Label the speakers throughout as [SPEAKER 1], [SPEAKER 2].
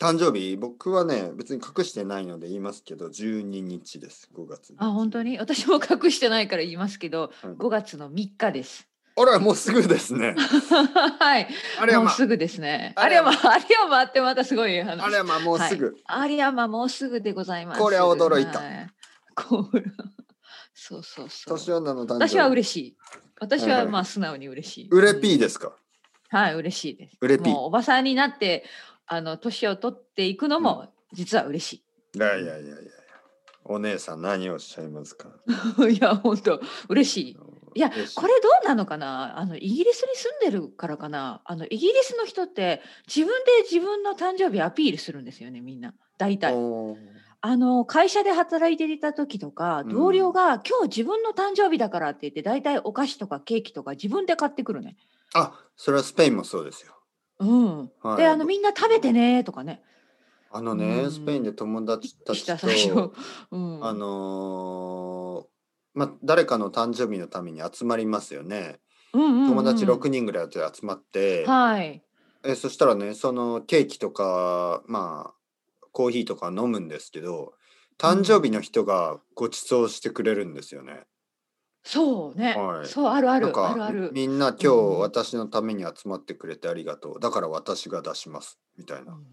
[SPEAKER 1] 誕生日、僕はね、別に隠してないので言いますけど、12日です、5月。
[SPEAKER 2] あ、本当に私も隠してないから言いますけど、
[SPEAKER 1] うん
[SPEAKER 2] 5月の3日です。
[SPEAKER 1] あら、もうすぐですね。
[SPEAKER 2] はい、
[SPEAKER 1] あれは
[SPEAKER 2] も
[SPEAKER 1] ま
[SPEAKER 2] う
[SPEAKER 1] あ、
[SPEAKER 2] すぐですね。
[SPEAKER 1] あ
[SPEAKER 2] あ
[SPEAKER 1] れ
[SPEAKER 2] れ
[SPEAKER 1] は
[SPEAKER 2] は、あれは回ってまたすごい話。
[SPEAKER 1] あれはまあ、もうすぐ。
[SPEAKER 2] ありゃまもうすぐでございます。
[SPEAKER 1] これは驚いた
[SPEAKER 2] はこれはそうそうそう。
[SPEAKER 1] 年女の誕生日。
[SPEAKER 2] 私は嬉しい。私
[SPEAKER 1] はい
[SPEAKER 2] は
[SPEAKER 1] はい
[SPEAKER 2] まあ素直に嬉しい。
[SPEAKER 1] うれぴー
[SPEAKER 2] で。
[SPEAKER 1] ですか。
[SPEAKER 2] はい、嬉しいです。
[SPEAKER 1] うれぴー
[SPEAKER 2] もうおばさんになって、あの年を取っていくのも実は嬉し
[SPEAKER 1] い
[SPEAKER 2] い。
[SPEAKER 1] やいやいやいや。お姉さん、何をおっしゃいますか。
[SPEAKER 2] い や、本当嬉しい。いや、
[SPEAKER 1] 嬉し
[SPEAKER 2] これどうなのかなあのイギリスに住んでるからかなあのイギリスの人って自分で自分の誕生日アピールするんですよねみんな大体
[SPEAKER 1] おー
[SPEAKER 2] あの会社で働いていた時とか
[SPEAKER 1] うん
[SPEAKER 2] 同僚が、今日自分の誕生日だからって言って大体お菓子とかケーキとか自分で買ってくるね。
[SPEAKER 1] あ、それはスペインもそうですよ。
[SPEAKER 2] うん
[SPEAKER 1] はい
[SPEAKER 2] であのみんな食べてねとかね。
[SPEAKER 1] あのね、
[SPEAKER 2] うん
[SPEAKER 1] スペインで友達たち
[SPEAKER 2] した
[SPEAKER 1] と
[SPEAKER 2] 最、初。うん、
[SPEAKER 1] あのーまあ、誰かの誕生日のために集まりますよね。友
[SPEAKER 2] 友
[SPEAKER 1] 達6人ぐらい集まって、
[SPEAKER 2] はい。
[SPEAKER 1] えそしたらねそのケーキとかまあコーヒーとか飲むんですけど誕生日の人がご馳走してくれるんですよね。
[SPEAKER 2] そうね。
[SPEAKER 1] はい
[SPEAKER 2] そうあるあ
[SPEAKER 1] なん
[SPEAKER 2] る
[SPEAKER 1] か
[SPEAKER 2] あるある。
[SPEAKER 1] みんな今日
[SPEAKER 2] うん
[SPEAKER 1] 私のために集まってくれてありがとうだから私が出しますみたいな
[SPEAKER 2] うん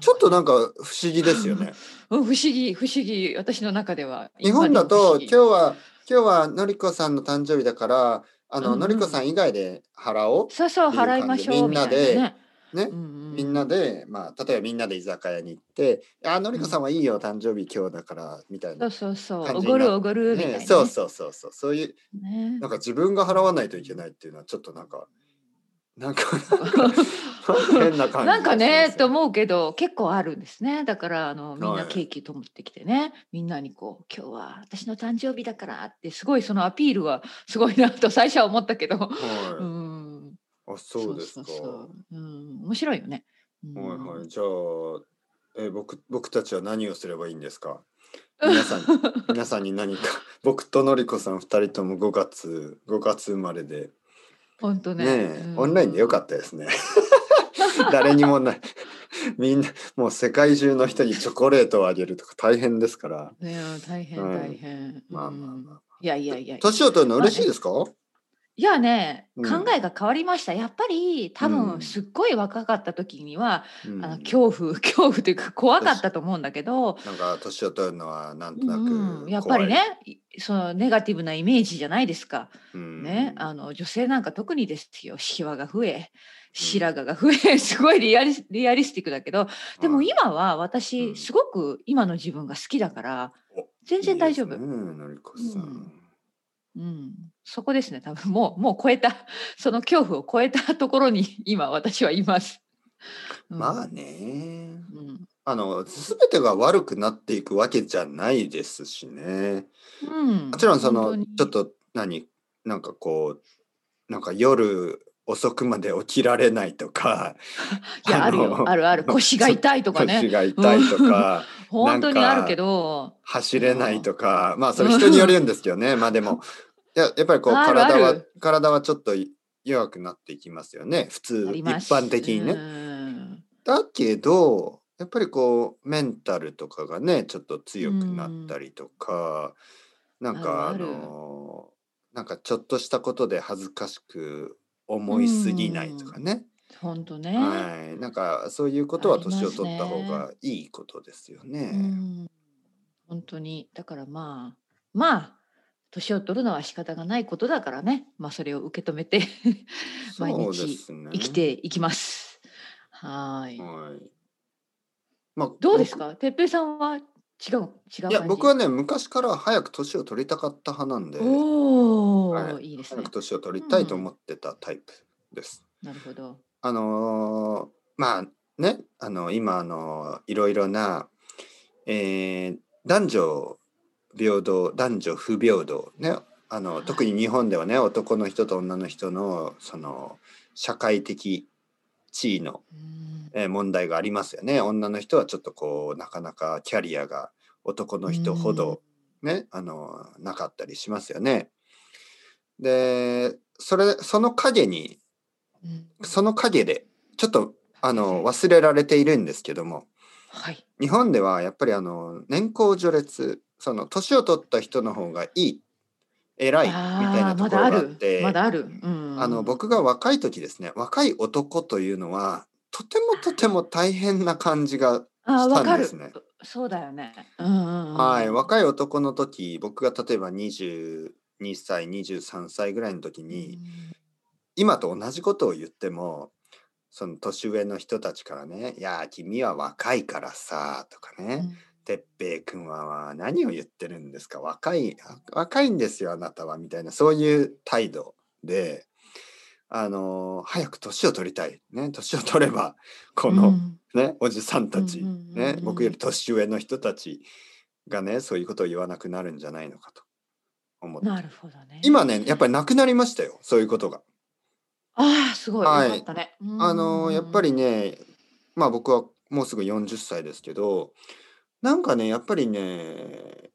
[SPEAKER 1] ちょっとなんか不思議ですよね。
[SPEAKER 2] うん、不思議不思議私の中では
[SPEAKER 1] 日本だと今日
[SPEAKER 2] 日
[SPEAKER 1] は今日はのりこさんの誕生日だからあの、
[SPEAKER 2] うんうん
[SPEAKER 1] のりこさん以外で払おう
[SPEAKER 2] そうそう
[SPEAKER 1] っていう感
[SPEAKER 2] 払
[SPEAKER 1] じ
[SPEAKER 2] いましょう
[SPEAKER 1] みん
[SPEAKER 2] み
[SPEAKER 1] な
[SPEAKER 2] たいな
[SPEAKER 1] で
[SPEAKER 2] ね。
[SPEAKER 1] ね
[SPEAKER 2] う。ん
[SPEAKER 1] みんなで、まあ、例えばみんなで居酒屋に行って「あのりこさんはいいよ誕生日今日だから」みたい
[SPEAKER 2] そ
[SPEAKER 1] な
[SPEAKER 2] うそうそう
[SPEAKER 1] 感
[SPEAKER 2] お
[SPEAKER 1] じになっ
[SPEAKER 2] ご
[SPEAKER 1] て
[SPEAKER 2] るおごるみたいなね、
[SPEAKER 1] ね、そうそうそうそうそういう
[SPEAKER 2] ね
[SPEAKER 1] なんか自分が払わないといけないっていうのはちょっとなんかなんか 変な感じ
[SPEAKER 2] なんかねと
[SPEAKER 1] う
[SPEAKER 2] 思うけど結構あるんですねだからあのみん
[SPEAKER 1] は
[SPEAKER 2] ないケーキと思ってきてね、みんなにこう「今日は私の誕生日だから」ってすごいそのアピールはすごいなと最初は思ったけどう
[SPEAKER 1] は
[SPEAKER 2] ん
[SPEAKER 1] い、あそうですか
[SPEAKER 2] そうそうそううん面白いよね。うん
[SPEAKER 1] はいはいじゃあえ僕僕たちは何をすればいいんです か皆さん皆さんに何か僕とのりこさん2人とも5月5月生まれで
[SPEAKER 2] 本当ね
[SPEAKER 1] ねえ、オンラインでよか
[SPEAKER 2] っ
[SPEAKER 1] ったですね 誰にもないみんなもう世界中の人にチョコレートをあげるとか大変ですから
[SPEAKER 2] た。ねえ大変
[SPEAKER 1] うん
[SPEAKER 2] 大変。
[SPEAKER 1] まあまあまあ
[SPEAKER 2] あ。いやいやいやいや。
[SPEAKER 1] 年を取るの嬉しいですか、
[SPEAKER 2] いやね、
[SPEAKER 1] うん
[SPEAKER 2] 考えが変わりました。やっぱり多
[SPEAKER 1] うん
[SPEAKER 2] 分すっごい若かった時には、
[SPEAKER 1] うん
[SPEAKER 2] あの恐怖 恐怖というか怖かったと思うんだけど、
[SPEAKER 1] なんか年を取るのはなんとなく怖い、
[SPEAKER 2] うん、やっぱりねいそのネガティブなイメージじゃないですか、
[SPEAKER 1] うん、
[SPEAKER 2] ねあの女性なんか特にですよシワが増え白髪が増え、 すごいリアリリアリスティックだけどでも今は
[SPEAKER 1] うん
[SPEAKER 2] 私すごく今の自分が好きだから
[SPEAKER 1] お
[SPEAKER 2] 全然大丈
[SPEAKER 1] い
[SPEAKER 2] 夫
[SPEAKER 1] いで。すねのりこさん、
[SPEAKER 2] うんうん、そこですね多分もうもう超えた その恐怖を超えたところに 今私はいます。うん
[SPEAKER 1] まあ、ね
[SPEAKER 2] うん
[SPEAKER 1] あの全てが悪くなっていくわけじゃないですしね
[SPEAKER 2] うん、
[SPEAKER 1] もちろんそ
[SPEAKER 2] 本
[SPEAKER 1] の
[SPEAKER 2] 当に
[SPEAKER 1] ちょっと何なんかこうなんか夜遅くまで起きられないとか
[SPEAKER 2] いやある
[SPEAKER 1] あの
[SPEAKER 2] よある ある腰が痛いとか
[SPEAKER 1] 腰
[SPEAKER 2] ね
[SPEAKER 1] が痛いとか、
[SPEAKER 2] 本当にあるけど
[SPEAKER 1] 走れないとかまあそれ人によるんですけどね まあでもややっぱりこう
[SPEAKER 2] あるある
[SPEAKER 1] 体は体はちょっと弱くなっていきますよね普通
[SPEAKER 2] あり
[SPEAKER 1] 一
[SPEAKER 2] ます
[SPEAKER 1] 般的にね。
[SPEAKER 2] うん
[SPEAKER 1] だけどやっぱりこうメンタルとかがねちょっと強くなったりとか、なんかあ
[SPEAKER 2] あるある
[SPEAKER 1] のなんかちょっとしたことで恥ずかしく思いすぎないとかね、
[SPEAKER 2] 本当ね、
[SPEAKER 1] はいなんかそういうことは
[SPEAKER 2] あります
[SPEAKER 1] 年
[SPEAKER 2] ね
[SPEAKER 1] を取った方がいいことですよね。
[SPEAKER 2] うん本当にだからまあまあ年を取るのは仕方がないことだからねまあそれを受け止めて 毎
[SPEAKER 1] そう
[SPEAKER 2] 日
[SPEAKER 1] ですね
[SPEAKER 2] 生きていきます。はーい。
[SPEAKER 1] はい。まあ
[SPEAKER 2] どうですか、てっぺいさんは違う違う感
[SPEAKER 1] 僕
[SPEAKER 2] じ。
[SPEAKER 1] いや僕はね昔から早く年を取りたかった派なんで
[SPEAKER 2] おお、、
[SPEAKER 1] はい
[SPEAKER 2] いです
[SPEAKER 1] 早
[SPEAKER 2] ね
[SPEAKER 1] く。年を取りたいと思ってたタイプです。
[SPEAKER 2] なるほど。
[SPEAKER 1] あのーまあねあの今あのいろいろな、えー男女平等男女不平等ねあの特に日本ではね男の人と女の人のその社会的地位の
[SPEAKER 2] うん
[SPEAKER 1] えー問題がありますよね。女の人はちょっとこうなかなかキャリアが男の人ほど、ねあのなかったりしますよね。でそれその影に
[SPEAKER 2] うん
[SPEAKER 1] その影でちょっとあの忘れられているんですけども
[SPEAKER 2] はい。
[SPEAKER 1] 日本ではやっぱりあの年功序列その年を取った人の方がいい偉いみたいな
[SPEAKER 2] あー
[SPEAKER 1] と
[SPEAKER 2] ま
[SPEAKER 1] こ
[SPEAKER 2] だあ
[SPEAKER 1] ろがあっ
[SPEAKER 2] る
[SPEAKER 1] て。
[SPEAKER 2] まだある。うん。
[SPEAKER 1] あの僕が若い時ですね若い男というのはとてもとても大変な感じが、
[SPEAKER 2] あーわか
[SPEAKER 1] したんで
[SPEAKER 2] る。そうだよね。うんうんうん。
[SPEAKER 1] はい、若い男の時僕が例えば22歳23歳ぐらいの時に、今と同じことを言ってもその年上の人たちからね「いやー君は若いからさ」とか
[SPEAKER 2] うん。
[SPEAKER 1] ね「哲平君は何を言ってるんですか若い若いんですよあなたは」みたいなそういう態度で。あのー早く年を取りたい。ね、年を取ればこ
[SPEAKER 2] う
[SPEAKER 1] の、
[SPEAKER 2] ん
[SPEAKER 1] ねおじさんたち、
[SPEAKER 2] うんうんうんうん
[SPEAKER 1] ね、僕より年上の人たちがねそういうことを言わなくなるんじゃないのかと思って
[SPEAKER 2] なるほどね。
[SPEAKER 1] 今ねやっぱりなくなりましたよそういうことが。
[SPEAKER 2] ああすごい。
[SPEAKER 1] はい
[SPEAKER 2] よかったね。うん
[SPEAKER 1] あのーやっぱり。ねまあ僕はもうすぐ40歳ですけどなんかねやっぱりね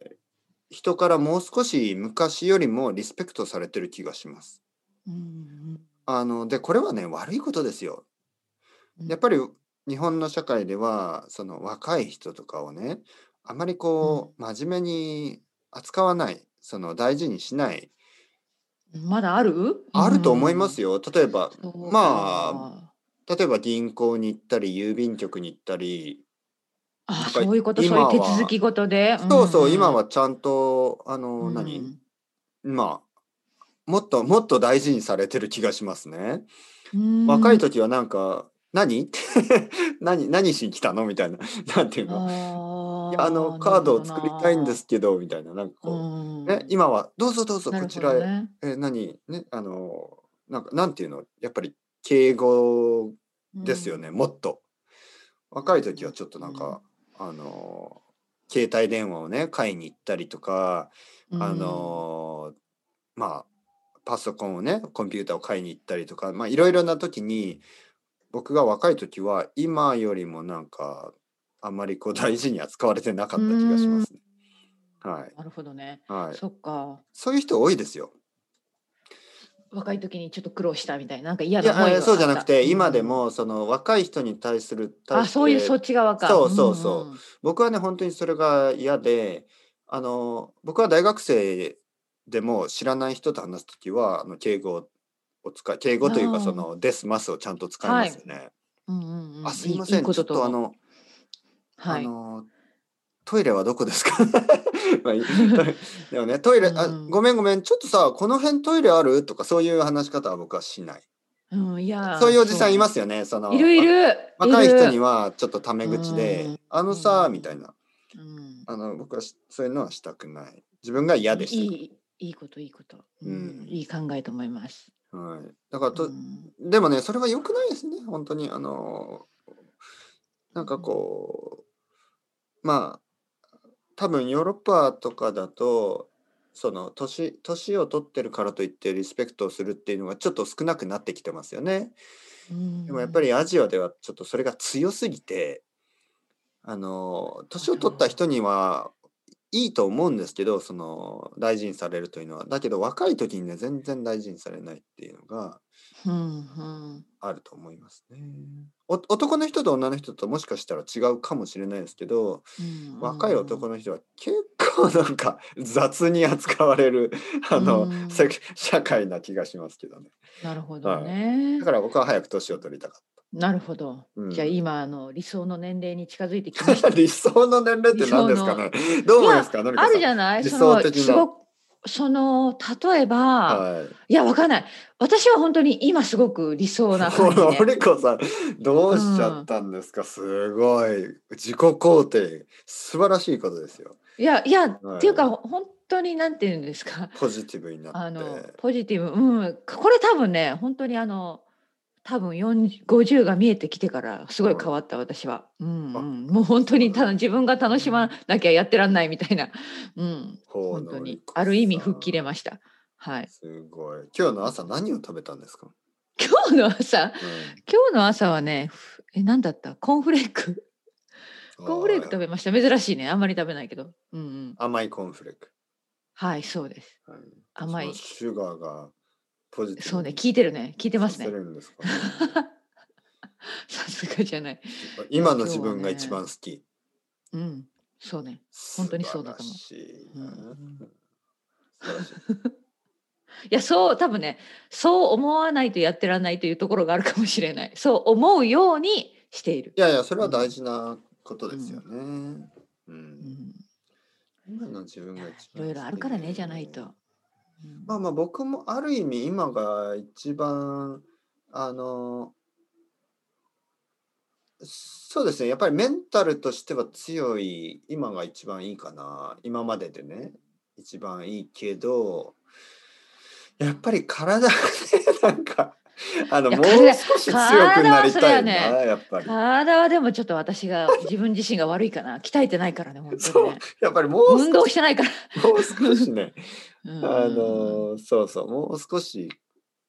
[SPEAKER 1] 人からもう少し昔よりもリスペクトされてる気がします。
[SPEAKER 2] うん
[SPEAKER 1] あのでこれはね悪いことですよ。
[SPEAKER 2] うん
[SPEAKER 1] やっぱり日本の社会ではその若い人とかをねあまりこう真面目に扱わないその大事にしない
[SPEAKER 2] まだある？
[SPEAKER 1] あると思います
[SPEAKER 2] よ。
[SPEAKER 1] よ。例えば
[SPEAKER 2] そうか
[SPEAKER 1] ま例えば銀行に行ったり郵便局に行ったり
[SPEAKER 2] あ
[SPEAKER 1] な
[SPEAKER 2] あ
[SPEAKER 1] んか
[SPEAKER 2] そういうことそう
[SPEAKER 1] 今
[SPEAKER 2] い
[SPEAKER 1] は
[SPEAKER 2] う手続きごとで。
[SPEAKER 1] そうそう、
[SPEAKER 2] ん
[SPEAKER 1] 今はちゃんと、あの、
[SPEAKER 2] うん
[SPEAKER 1] 何まあ、もっともっと大事にされてる気がしますね。
[SPEAKER 2] うん
[SPEAKER 1] 若い時はなんか、何 何何しに来たのみたいな。 なんていうの
[SPEAKER 2] あ
[SPEAKER 1] いやあの、カードを作りたいんですけど、みたいな。なんかこう、ね、今は、どうぞどうぞ、こちらへ。
[SPEAKER 2] へ。
[SPEAKER 1] え、何ね、あの、なんか、なんていうのやっぱり、敬語ですよね、もっと。若い時はちょっとなんか、あの、携帯電話をね、買いに行ったりとか、
[SPEAKER 2] うん。
[SPEAKER 1] あのーまあパソコンをねコンピューターを買いに行ったりとかまあいろいろな時に僕が若い時は今よりもなんかあんまりこう大事に扱われてなかった気がしますね。は
[SPEAKER 2] うんなるほどね。
[SPEAKER 1] い、はい、
[SPEAKER 2] そっか。
[SPEAKER 1] そういう人多いですよ。
[SPEAKER 2] 若い時にちょっと苦労したみたいななんか嫌
[SPEAKER 1] いや
[SPEAKER 2] な思い
[SPEAKER 1] あれ
[SPEAKER 2] があった
[SPEAKER 1] そうじゃなくて、
[SPEAKER 2] うん
[SPEAKER 1] 今でもその若い人に対する対
[SPEAKER 2] あ
[SPEAKER 1] して
[SPEAKER 2] そういうそっち側か
[SPEAKER 1] そうそうそうん
[SPEAKER 2] ん
[SPEAKER 1] 僕はね本当にそれが嫌であの僕は大学生でも知らない人と話す時はあの敬語を使い敬語という
[SPEAKER 2] あ
[SPEAKER 1] か
[SPEAKER 2] ー
[SPEAKER 1] その「です」「ます」をちゃんと使いますよね。
[SPEAKER 2] うんうんうん
[SPEAKER 1] あすいません
[SPEAKER 2] こ
[SPEAKER 1] ちょっとあ
[SPEAKER 2] 思う
[SPEAKER 1] の,、
[SPEAKER 2] は
[SPEAKER 1] あ
[SPEAKER 2] い
[SPEAKER 1] のトイレはどこですか ま あいいトイレでもねトイレ、あ
[SPEAKER 2] うん
[SPEAKER 1] ごめんごめんちょっとさこの辺トイレあるとかそういう話し方は僕はしない
[SPEAKER 2] うんいやー
[SPEAKER 1] そういうおじさんいますすよねその
[SPEAKER 2] いるいる
[SPEAKER 1] 若い人に
[SPEAKER 2] は
[SPEAKER 1] はちょっとタメ口で
[SPEAKER 2] うん
[SPEAKER 1] 「あのさ」
[SPEAKER 2] うん
[SPEAKER 1] みたいなあの僕はしそういうのはしたくない。自分が嫌でした
[SPEAKER 2] い
[SPEAKER 1] か
[SPEAKER 2] いいいこといいことう
[SPEAKER 1] うん
[SPEAKER 2] んいい考えと思います
[SPEAKER 1] ら。はい。だからと、
[SPEAKER 2] うん
[SPEAKER 1] でもねそれは良くないですね本当にあのなんかこうまあ多分ヨーロッパとかだとその年年を取ってるからといってリスペクトをするっていうのがちょっと少なくなってきてますよね。
[SPEAKER 2] うん
[SPEAKER 1] でもやっぱりアジアではちょっとそれが強すぎてあの年を取った人にはいいと思うんですけどその大事にされるというのはだけど若い時にね全然大事にされないっていうのが
[SPEAKER 2] うんうん
[SPEAKER 1] あると思いますね。お男の人と女の人ともしかしたら違うかもしれないですけど
[SPEAKER 2] うん
[SPEAKER 1] 若い男の人は結構なんか雑に扱われるあ
[SPEAKER 2] う
[SPEAKER 1] の
[SPEAKER 2] ん
[SPEAKER 1] せ社会な気がしますけどね
[SPEAKER 2] なるほどね
[SPEAKER 1] だから僕は早く年を取りたかっ
[SPEAKER 2] なるほど
[SPEAKER 1] うん
[SPEAKER 2] じゃあ今あの理想の年齢に近づいてきました
[SPEAKER 1] た理想の年齢って何ですかねどう思いますかのりこ
[SPEAKER 2] あ
[SPEAKER 1] さん
[SPEAKER 2] るじゃない
[SPEAKER 1] 理想
[SPEAKER 2] その
[SPEAKER 1] 的な
[SPEAKER 2] すごくその例えば、
[SPEAKER 1] はい
[SPEAKER 2] い、やわかんない私は本当に今すごく理想 な感じ
[SPEAKER 1] この
[SPEAKER 2] で
[SPEAKER 1] リコさんどうしちゃったんですか、すごい自己肯定素晴らしいことですよ
[SPEAKER 2] いやいや、
[SPEAKER 1] はい
[SPEAKER 2] っていうか本当になんていうんですか
[SPEAKER 1] ポジティブになって
[SPEAKER 2] あのポジティブうんこれ多分ね本当にあの多分40 50が見えてきてからすごい変わった私は、うんうん、もう本当にただ自分が楽しまなきゃやってらんないみたいな、うん、
[SPEAKER 1] ほう
[SPEAKER 2] 本当
[SPEAKER 1] のり
[SPEAKER 2] に
[SPEAKER 1] こさん
[SPEAKER 2] ある意味吹っ切れましたはい
[SPEAKER 1] すごい今日の朝何を食べたんですか、
[SPEAKER 2] 今日の朝
[SPEAKER 1] う
[SPEAKER 2] 今日の朝はね、ふえ、なんだったコーンフレーク。
[SPEAKER 1] ん
[SPEAKER 2] コーンフレーク食べました。珍しいね。あんまり食べないけど。うんうん。
[SPEAKER 1] 甘いコーンフレーク、
[SPEAKER 2] はい、そうです。
[SPEAKER 1] はい
[SPEAKER 2] 甘い
[SPEAKER 1] そのシュガーがポジティブ
[SPEAKER 2] そうね、聞いてるね。聞いてますね
[SPEAKER 1] させ。るんですか
[SPEAKER 2] さすがじゃない。
[SPEAKER 1] 今の自分が一番好き。
[SPEAKER 2] うん、そうね。本当にそうだと思う
[SPEAKER 1] 素晴らしいな
[SPEAKER 2] うん
[SPEAKER 1] 素晴らしい
[SPEAKER 2] いや、そう、多分ね、そう思わないとやってらんないというところがあるかもしれない。そう思うようにしている。
[SPEAKER 1] いやいや、それは大事なことですよね。うん
[SPEAKER 2] うん、
[SPEAKER 1] 今の自分
[SPEAKER 2] い
[SPEAKER 1] が
[SPEAKER 2] や
[SPEAKER 1] 一
[SPEAKER 2] い
[SPEAKER 1] 番
[SPEAKER 2] ろいろあるからね、じゃないと。。うん
[SPEAKER 1] まあまあ僕もある意味今が一番あのそうですねやっぱりメンタルとしては強い今が一番いいかな今まででね一番いいけどやっぱり体がねなんかあの
[SPEAKER 2] い
[SPEAKER 1] も
[SPEAKER 2] や
[SPEAKER 1] う
[SPEAKER 2] 体
[SPEAKER 1] 少し強くなりたいな
[SPEAKER 2] 体はそれは
[SPEAKER 1] やっぱり
[SPEAKER 2] 体はでもちょっと私が自分自身が悪いかな鍛えてないから ね本当にね
[SPEAKER 1] やっぱりもう
[SPEAKER 2] 運動
[SPEAKER 1] 少
[SPEAKER 2] し
[SPEAKER 1] して
[SPEAKER 2] ないから、
[SPEAKER 1] もう少しね
[SPEAKER 2] うん
[SPEAKER 1] あのそうそうもう少し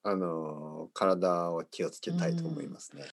[SPEAKER 1] あの体を気をつけたいと思いますね。